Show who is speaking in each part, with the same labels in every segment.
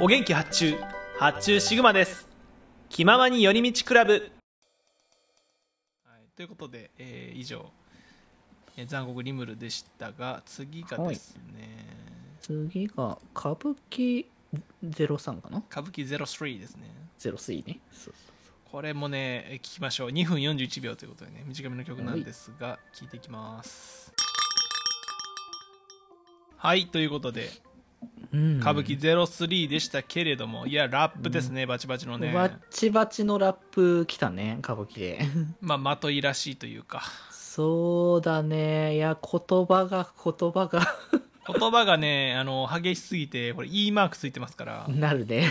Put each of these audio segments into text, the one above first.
Speaker 1: お元気発注発注シグマです気ままに寄り道クラブ、はい、ということで、えー以上、えー残酷リムルでしたが次がですね、
Speaker 2: 次が歌舞伎03かな
Speaker 1: 歌舞伎03ですね
Speaker 2: ?03 ねそう
Speaker 1: これもねえー聞きましょう2分41秒ということでね短めの曲なんですが聞いていきますはいということで
Speaker 2: そう、うん
Speaker 1: 歌舞伎03でしたけれども、いやラップですね、バチバチのね
Speaker 2: バッチバチのラップ来たね歌舞伎で
Speaker 1: まあまといらしいというか
Speaker 2: そうだねいや言葉が言葉が
Speaker 1: 言葉がねあの激しすぎてこれ E マークついてますから
Speaker 2: なるね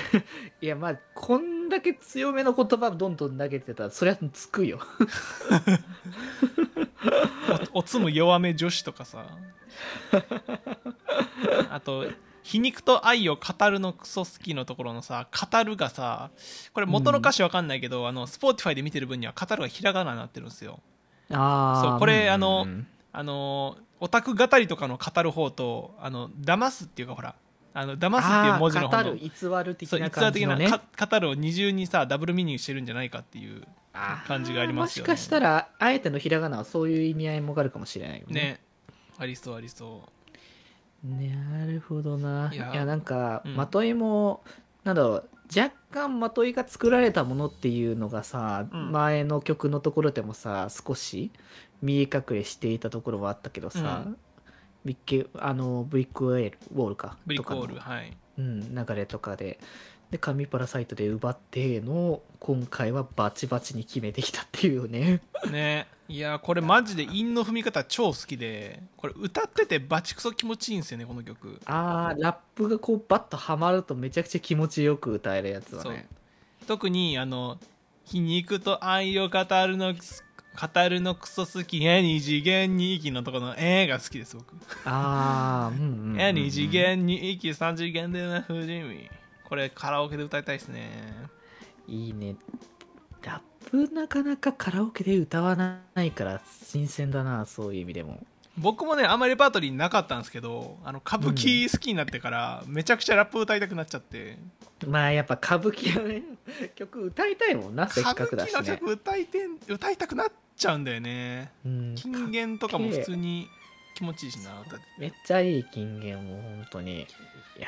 Speaker 2: いやまあこんだけ強めの言葉どんどん投げてたらそりゃつくよ
Speaker 1: おおつむ弱め女子とか さあと皮肉と愛を語るのクソ好きのところのさ語るがさこれ元の歌詞わかんないけど、あのスポーティファイで見てる分には語るがひらがなになってるんですよ
Speaker 2: ああ
Speaker 1: そうこれあのあのオタク語りとかの語る方とあの騙すっていうかほらあの騙すっていう文字の方
Speaker 2: あー
Speaker 1: の
Speaker 2: 語る偽る的
Speaker 1: そう
Speaker 2: な
Speaker 1: 逸話
Speaker 2: 感
Speaker 1: 的
Speaker 2: じ
Speaker 1: な
Speaker 2: のね
Speaker 1: か語るを二重にさダブルミーニングしてるんじゃないかっていう
Speaker 2: あー
Speaker 1: 感じがありますよね
Speaker 2: もしかしたらあえてのひらがなはそういう意味合いもあるかもしれないよね
Speaker 1: ねありそうありそ
Speaker 2: ねなるほどないい
Speaker 1: や
Speaker 2: やなんか、
Speaker 1: うん
Speaker 2: まといもなんだろう若干まといが作られたものっていうのがさ、
Speaker 1: うん
Speaker 2: 前の曲のところでもさ少し見え隠れしていたところはあったけどさ、
Speaker 1: うん
Speaker 2: ビッケあのブリックウェールウォールか
Speaker 1: うブリックウォー
Speaker 2: と
Speaker 1: ル
Speaker 2: か
Speaker 1: はい
Speaker 2: の、うん、流れとかでで紙パラサイトで奪っての今回はバチバチに決めてきたっていうね
Speaker 1: ねいやこれマジで韻の踏み方超好きでこれ歌っててバチクソ気持ちいいんですよねこの曲
Speaker 2: あーラップがこうバッとはまるとめちゃくちゃ気持ちよく歌えるやつだ
Speaker 1: そう
Speaker 2: ね
Speaker 1: 特にあの「皮肉と愛を語るのくす語るのクソ好きえに次元に息」のところの「え」が好きです僕
Speaker 2: ああうんうんうん
Speaker 1: 「
Speaker 2: うん
Speaker 1: えに次元に息三次元でな不死身」これカラオケで歌いたいですね
Speaker 2: いいねラップなかなかカラオケで歌わないから新鮮だなそういう意味でも
Speaker 1: 僕もねあんまりレパートリーなかったんですけどあの歌舞伎好きになってからめちゃくちゃラップ歌いたくなっちゃって、
Speaker 2: まあやっぱ歌舞伎のね 曲歌いたいもんなせっ
Speaker 1: 歌
Speaker 2: か
Speaker 1: 舞
Speaker 2: くだし
Speaker 1: 伎の
Speaker 2: ね、
Speaker 1: 曲歌いてん歌いたくなっちゃうんだよね
Speaker 2: うん、
Speaker 1: 金言とかも普通に気持ちいいしな歌って
Speaker 2: めっちゃいい金言もう本当にいや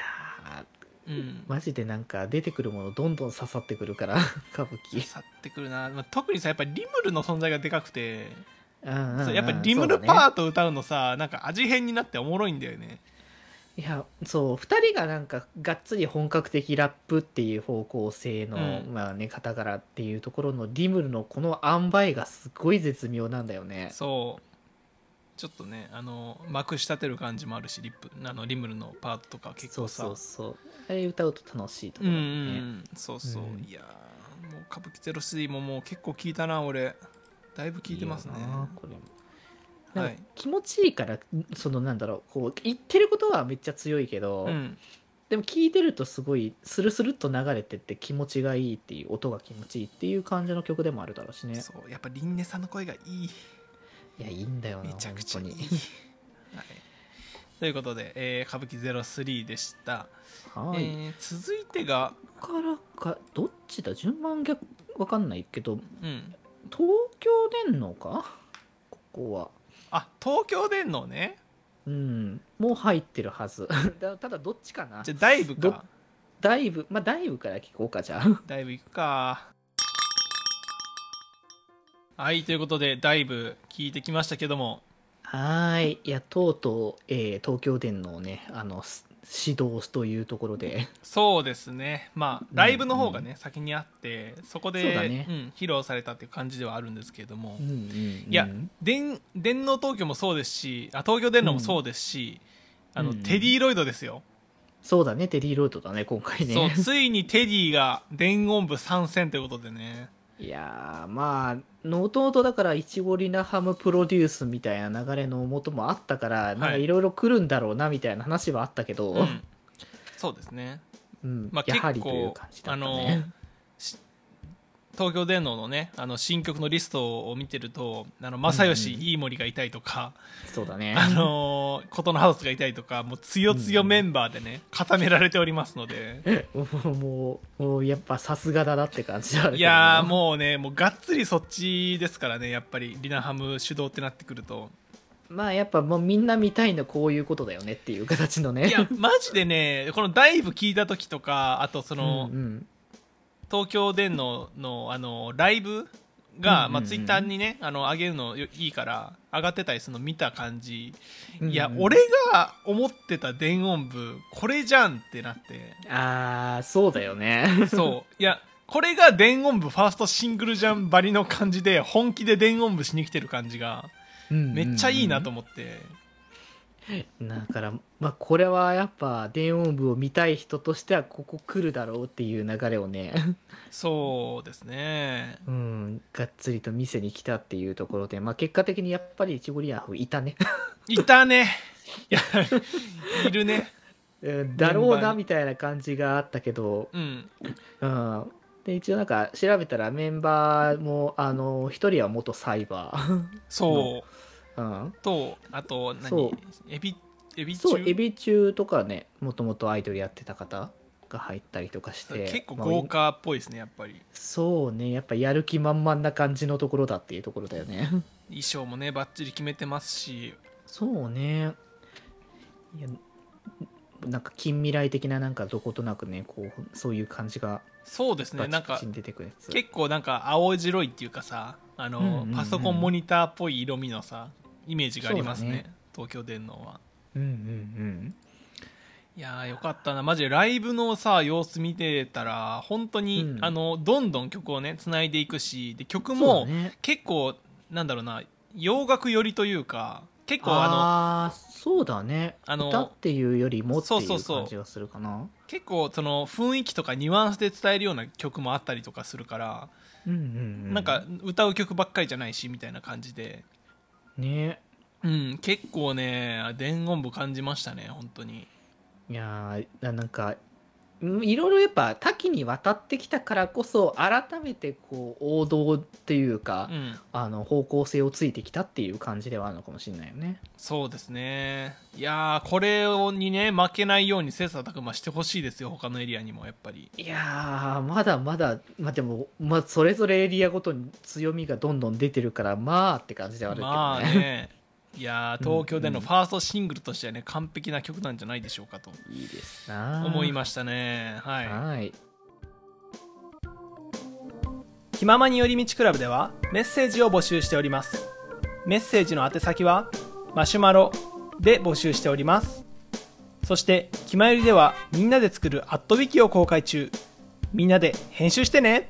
Speaker 2: ー
Speaker 1: うん
Speaker 2: マジでなんか出てくるものどんどん刺さってくるから 歌舞伎
Speaker 1: 去ってくるな、まあ、特にさやっぱりリムルの存在がでかくて、
Speaker 2: うんう
Speaker 1: そ
Speaker 2: ん
Speaker 1: ううんやっぱりリムル
Speaker 2: そうだね
Speaker 1: パート歌うのさなんか味変になっておもろいんだよね
Speaker 2: いやそう2人がなんかがっつり本格的ラップっていう方向性の、
Speaker 1: うん
Speaker 2: まあね、方からっていうところのリムルのこの塩梅がすごい絶妙なんだよね
Speaker 1: そうちょっとねあのまくし立てる感じもあるしリップあのリムルのパートとか結
Speaker 2: そ
Speaker 1: 構
Speaker 2: う
Speaker 1: さ
Speaker 2: そうそうあれ歌うと楽しいと
Speaker 1: う
Speaker 2: こ
Speaker 1: んう
Speaker 2: ろだ
Speaker 1: ん
Speaker 2: よね、
Speaker 1: うんそうそう、
Speaker 2: うん
Speaker 1: いやーもう歌舞伎03ももう結構聞いたな俺だいぶ聞いてますね
Speaker 2: いいよなこれも
Speaker 1: は
Speaker 2: ないんか気持ちいいから、そのなんだろうこう言ってることはめっちゃ強いけど、
Speaker 1: うん
Speaker 2: でも聞いてるとすごいスルスルっと流れてって気持ちがいいっていう音が気持ちいいっていう感じの曲でもあるだろうしね
Speaker 1: そうやっぱりンネさんの声がいい
Speaker 2: いやいいんだよな
Speaker 1: めちゃくちゃいい、
Speaker 2: 本
Speaker 1: はい、ということで、えー歌舞伎03でした、
Speaker 2: 当にはい、
Speaker 1: えー続いてが
Speaker 2: からかどっちだ順番逆わかんないけど
Speaker 1: うん
Speaker 2: 東京電脳かここは
Speaker 1: あ東京電脳ね
Speaker 2: うんもう入ってるはず だただどっちかな
Speaker 1: じゃあダイブか
Speaker 2: どだいぶまあだいぶから聞こうかじゃあ
Speaker 1: ダイブ行くかはいということでダイブ聞いてきましたけども
Speaker 2: はーいいやとうとう、えー東京電脳ねあのす指導というところで
Speaker 1: そうですねまあライブの方がね、先にあってそこで
Speaker 2: そうだね
Speaker 1: ん披露されたっていう感じではあるんですけれども、
Speaker 2: うんうんうん
Speaker 1: いや電電脳東京もそうですしあ東京電脳もそうですし、あの
Speaker 2: うんうん
Speaker 1: テディ・ロイドですよ、
Speaker 2: そうだねテディロイドだね今回
Speaker 1: そう
Speaker 2: ね
Speaker 1: ついにテディが電音部参戦ということでね
Speaker 2: いやーまあのととだからいちごリナハムプロデュースみたいな流れのもともあったから、なんかいろいろ来るんだろうなみたいな話はあったけど、
Speaker 1: うんそうですね
Speaker 2: うん
Speaker 1: まあ
Speaker 2: やはり
Speaker 1: 結構
Speaker 2: という感じだった
Speaker 1: あの
Speaker 2: ね。
Speaker 1: 東京電脳のねあの新曲のリストを見てるとあの正義、
Speaker 2: うん
Speaker 1: 飯森がいたりとか、
Speaker 2: そうだね
Speaker 1: あのー琴ノ葉スがいたりとかもう強強メンバーでね、固められておりますので
Speaker 2: もうもうやっぱさすがだなって感じだ
Speaker 1: いやー
Speaker 2: う
Speaker 1: もうねもうがっつりそっちですからねやっぱりリナハム主導ってなってくると
Speaker 2: まあやっぱもうみんな見たいのこういうことだよねっていう形のね
Speaker 1: いやマジでねこのダイブ聞いた時とかあとその、
Speaker 2: うんうん
Speaker 1: 東京電脳のあのライブが、
Speaker 2: うんうんうん
Speaker 1: まあ、ツイッターにねあの上げるのよいいから上がってたりするの見た感じ、
Speaker 2: うんうん
Speaker 1: いや俺が思ってた電音部これじゃんってなって
Speaker 2: ああそうだよね
Speaker 1: そういやこれが電音部ファーストシングルじゃんばりの感じで本気で電音部しに来てる感じがめっちゃいいなと思って、
Speaker 2: だからまあこれはやっぱ電音部を見たい人としてはここ来るだろうっていう流れをね
Speaker 1: そうですね
Speaker 2: うんがっつりと店に来たっていうところでまあ結果的にやっぱりイチゴリアフいたね
Speaker 1: いたね いやいるね
Speaker 2: うんだろう
Speaker 1: メンバー
Speaker 2: な
Speaker 1: に
Speaker 2: みたいな感じがあったけど
Speaker 1: うん
Speaker 2: うんで一応なんか調べたらメンバーもあの一人は元サイバー、
Speaker 1: そう、
Speaker 2: うん、
Speaker 1: とあと何
Speaker 2: そう
Speaker 1: エビエビ中
Speaker 2: そうエビ中とかねもともとアイドルやってた方が入ったりとかして
Speaker 1: 結構
Speaker 2: まあ
Speaker 1: 豪華っぽいですねやっぱり
Speaker 2: そうねやっぱやる気満々な感じのところだっていうところだよね
Speaker 1: 衣装もねばっちり決めてますし
Speaker 2: そうねいやなんか近未来的ななんかどことなくねこうそういう感じが
Speaker 1: そうですね
Speaker 2: バ
Speaker 1: なん
Speaker 2: チバ
Speaker 1: か
Speaker 2: チに出てくるやつ、
Speaker 1: 結構なんか青白いっていうかさあの、
Speaker 2: うんうんうん
Speaker 1: パソコンモニターっぽい色味のさイメージがありますね
Speaker 2: そうだね
Speaker 1: 東京電脳は
Speaker 2: うんうんうん
Speaker 1: いやーよかったなマジでライブのさ様子見てたら本当に、
Speaker 2: うん
Speaker 1: あのどんどん曲をねつないでいくしで曲
Speaker 2: そ
Speaker 1: も
Speaker 2: うね
Speaker 1: 結構、なんだろうな洋楽寄りというか結構あの
Speaker 2: ああーそうだね
Speaker 1: あの
Speaker 2: 歌っていうよりもってい
Speaker 1: そうそう
Speaker 2: う
Speaker 1: そう
Speaker 2: 感じがするかな
Speaker 1: 結構その雰囲気とかニュアンスで伝えるような曲もあったりとかするから、
Speaker 2: うんうんうん
Speaker 1: なんか歌う曲ばっかりじゃないしみたいな感じで、
Speaker 2: ね
Speaker 1: うん、結構ね伝言部感じましたね本当に
Speaker 2: いやーななんかんいろいろやっぱ多岐にわたってきたからこそ改めてこう王道っていうか、
Speaker 1: うん
Speaker 2: あの方向性をついてきたっていう感じではあるのかもしれないよね。
Speaker 1: そうですねいやーこれをにね負けないように切磋琢磨してほしいですよ他のエリアにもやっぱり
Speaker 2: いやーまだまだまあでも、まあ、それぞれエリアごとに強みがどんどん出てるからまあって感じではあるけどね。
Speaker 1: まあねいやー東京で
Speaker 2: うん
Speaker 1: の
Speaker 2: うん
Speaker 1: ファーストシングルとしてはね完璧な曲なんじゃないでしょうかと
Speaker 2: いいですな
Speaker 1: 思い
Speaker 2: ま
Speaker 1: ましたねはい
Speaker 2: はい
Speaker 1: 気ままに寄り道クラブではメッセージを募集しておりますメッセージの宛先はマシュマロで募集しておりますそして「気まより」ではみんなで作る「アットウィキを公開中みんなで編集してね